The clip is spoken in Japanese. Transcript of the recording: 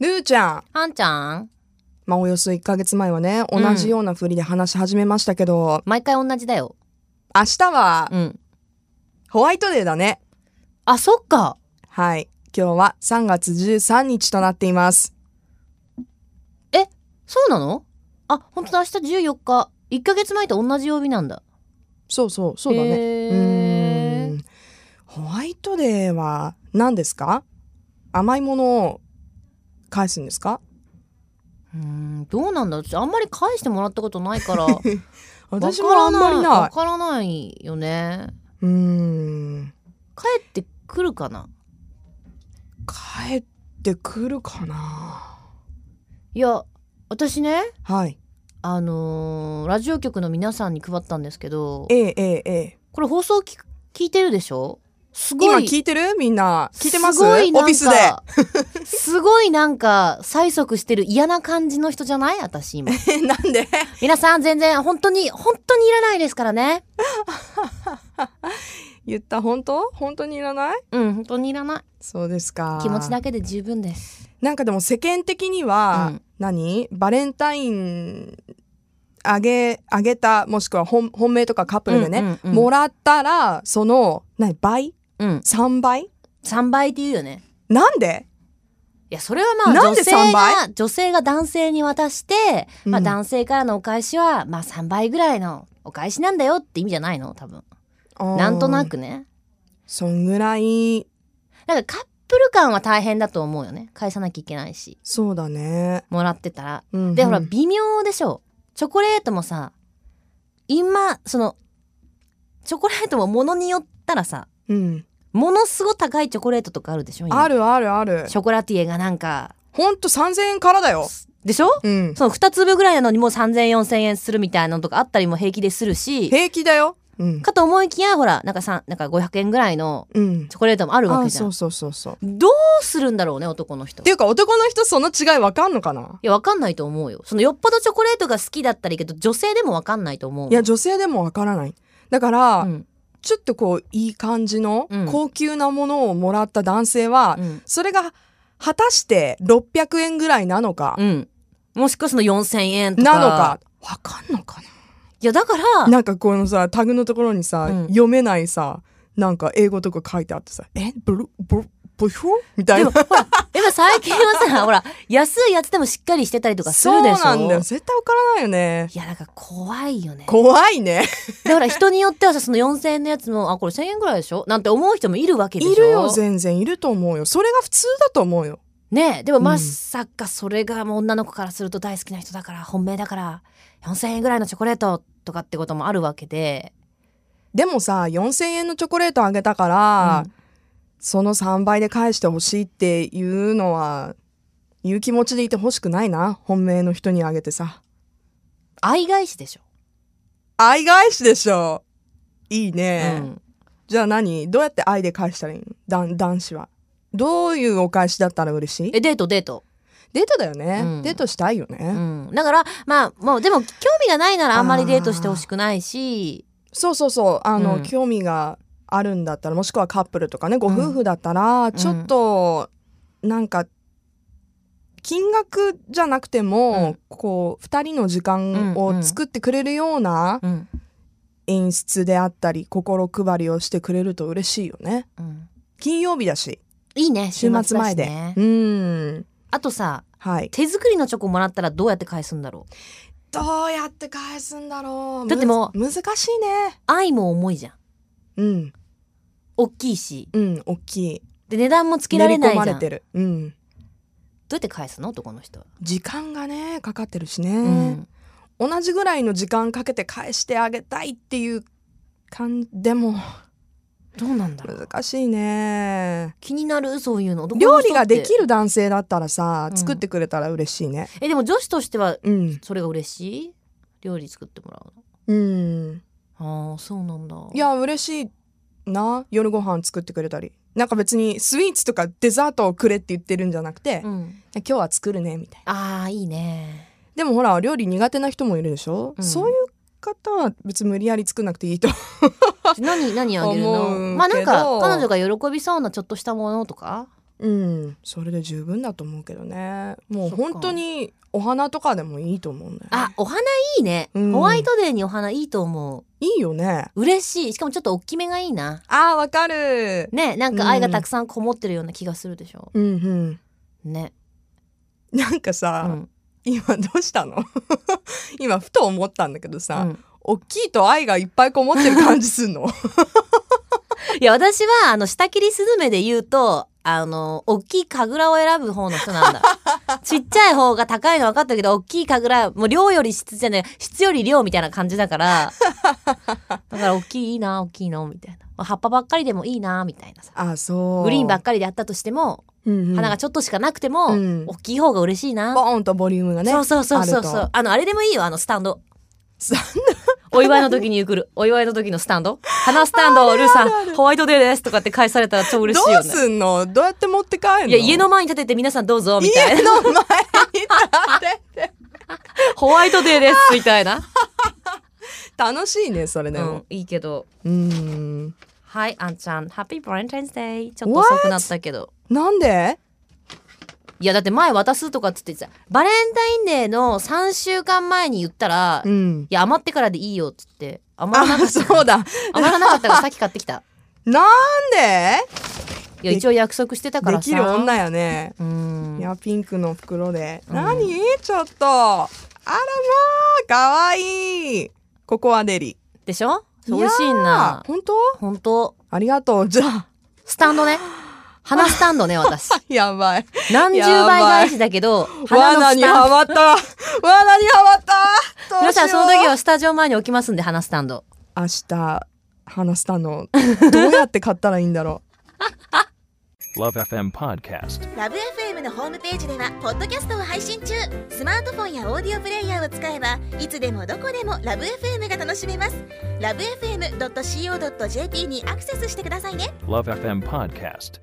ルーちゃん。あんちゃんまあ、およそ1ヶ月前はね、同じような振りで話し始めましたけど、毎回同じだよ。明日はうん。ホワイトデーだね。あ、そっか。はい。今日は3月13日となっています。そうなのあ、ほんとだ。明日14日。1ヶ月前と同じ曜日なんだ。そうそう、そうだね。うへーーん。ホワイトデーは何ですか甘いものを返すんですかうーん。どうなんだ私あんまり返してもらったことない から。私もあんまりなわい。からないよね。うーん。帰ってくるかな帰ってくるかないや、私ね、はい。あのーラジオ局の皆さんに配ったんですけど、ええええええ。これ放送聞く聞いてるでしょすご今い。聞いてるみんな。聞いてますすごいオなんかフィスで。 すごいなんか催促してる嫌な感じの人じゃない私今え なんで皆さん全然本当に本当にいらないですからね言った本当本当にいらないうん本当にいらないそうですか。気持ちだけで十分ですなんかでも世間的にうは、ん何バレンタインあげあげたもしくは本本命とかカップルでね、うんうんうんもらったらその何倍うん3倍3倍って言うよねなんで、いやそれはまあなん女で性三倍が女性が男性に渡して、まあ、うん男性からのお返しはまあ3倍ぐらいのお返しなんだよって意味じゃないの多分あーなんとなくねそんぐらいなんかカップル間は大変だと思うよね返さなきゃいけないしそうだね、もらってたらうんうんで、ほら、微妙でしょチョコレートもさ、今、その、チョコレートも物によったらさ、うん、ものすごい高いチョコレートとかあるでしょ今あるあるあるショコラティエがなんか、ほんと3000円からだよ、でしょうん、その2粒ぐらいなのにもう3000、4000円するみたいなのとかあったりも平気でするし、平気だよ、うんかと思いきや、ほら、なんかさなんか500円ぐらいのうん、チョコレートもあるわあけーじゃそんう。そうそうそうっどうするんだろうね、男の人。ていいうか男の人その違いわかんのかなや、わかんないと思うよ。そのよっぽどチョコレートが好きだったらいいけど、女性でもわかんないと思う。いや女性でもわからないだから、うん、ちょっとこういい感じのうん高級なものをもらった男性は、うん。それが果たして600円ぐらいなのか、うん。もしくはその4000円とか。なのか。わかんのかいや、だから、ななんかこのさタグのところにさ、うん読めないさなんか英語とか書いてあってさ「えブルブルブルみたいなやっぱ最近は さ、ほら、安いやつでもしっかりしてたりとかすそるうでしょ。なんだよ絶対わからないよねいや、だから怖いよね。怖いねだから人によってはさ、その4000円のやつも、あ、これ1000円ぐらいでしょなんて思う人もいるわけでしょいるよ全然いると思うよそれが普通だと思うよねえ、でもうんまさかそれがもう女の子からすると大好きな人だから、本命だから、4000円ぐらいのチョコレートとかってこともあるわけで。でもさ4,000円のチョコレートあげたから、うんその3倍で返してほしいっていうのはいう気持ちでいてほしくないな本命の人にあげてさ愛返しでしょ。愛返しでしょいいうね、ん。じゃあ何どうやって愛で返したらいいの男男子はどういうお返しだったら嬉しいえ、デート、デート。デートだよね、うんデートしたいよね、うん、だからまあもうでも興味がないならあんまりデートしてほしくないしそうそうそうあの、うん興味があるんだったらもしくはカップルとかねご夫婦だったら、ちょっとなんか金額じゃなくても、うんこう2人の時間うんうをん作ってくれるようなうん、演出であったり心配りをしてくれると嬉しいよねうん、金曜日だしいいね週末前で、だしねうんあとさはい手作りのチョコもらったらどうやって返すんだろうどうやって返すんだろうだってもうむず難しいね愛も重いじゃんうん大きいしうん大きいで値段もつけら練れりない込じまれゃんどうてるうんやって返すの男の人は、時間がねかかってるしうね、ん、同じぐらいの時間かけて返してあげたいっていう感じでもどうなんだろう難しいね気になるそういうの男料の人って理ができる男性だったらさうん作ってくれたら嬉しいねえでも女子としてはうんそれが嬉しい料理作ってもらううんのああそうなんだいや嬉しいな夜ご飯作ってくれたりなんか別にスイーツとかデザートをくれって言ってるんじゃなくて、うん、今日は作るねみたいなああいい ねでもほら料理苦手な人もいるでしょ、うんそういう方は別に無理やり作んなくていいと何何あげる思うけのどまあなんか彼女が喜びそうなちょっとしたものとかううんそれで十分だと思うけどねもうそっか本当にお花とかでもいいと思うんだよねあお花いいね、うんホワイトデーにお花いいと思いいよねう嬉しいしかもちょっと大きめがいいなあーわかるねなんか愛がたくさんこもってるような気がするでしょ、うんうんね、なんかうさ、ん今どうしたの 今ふと思ったんだけどうさ、ん、大きいと愛がいっぱいこもってる感じすん のいや私はあの下切りスズメで言うとあの大きい神楽を選ぶ方の人 なんだちっちゃい方が高いの分かったけど大きい神楽もう量より質じゃない質より量みたいな感じだから だから大きいいいな大きいのみたいな葉っぱばっかりでもいいなみたいなさあそうグリーンばっク、かりであったとしてもうんうん花がちょっとしかなくても、うん大きい方が嬉しいな、ボーンとボリュームがねそうそうそうそうそあうあのあれでもいいよあのスタンドスタンお祝いの時に送る お祝いの時のスタンド花スタンドルーさんホワイトデーですとかって返されたら超嬉どしいようねすんのどうやって持って帰るのいや家の前に立てて皆さんどうぞみたい家のな前に立ててホワイトデーですみたいな、楽しいねそれうでもん、いいけどうんはいあんちゃんハッピーバレンタインズデーちょっと遅くなったけどなんでいやだって前渡すとかっつって言ってたバレンタインデーの3週間前に言ったら、ういんや余ってからでいいよっつって余らなかあったそうだ余らなかったからさっき買ってきたなんでいや一応約束してたからでさきる女やねうんいやピンクの袋で、うん何ちょっとあらまあかわいいココアデリでしょそう美味しいやなー本当本当ありがとうじゃあスタンドね花スタンド ね私やばい何十倍返しだけど花の罠スにタはンドまった罠にはまったどう皆しよさうんその時はスタジオ前に置きますんで花スタンド明日話したのどうやって買ったらいいんだろ Love FM Podcast. ラブ f m のホームページではポッドキャストを配信中スマートフォンやオーディオプレイヤーを使えばいつでもどこでもラブ f m が楽しめますラブ FM.co.jp にアクセスしてくださいね Love FM Podcast.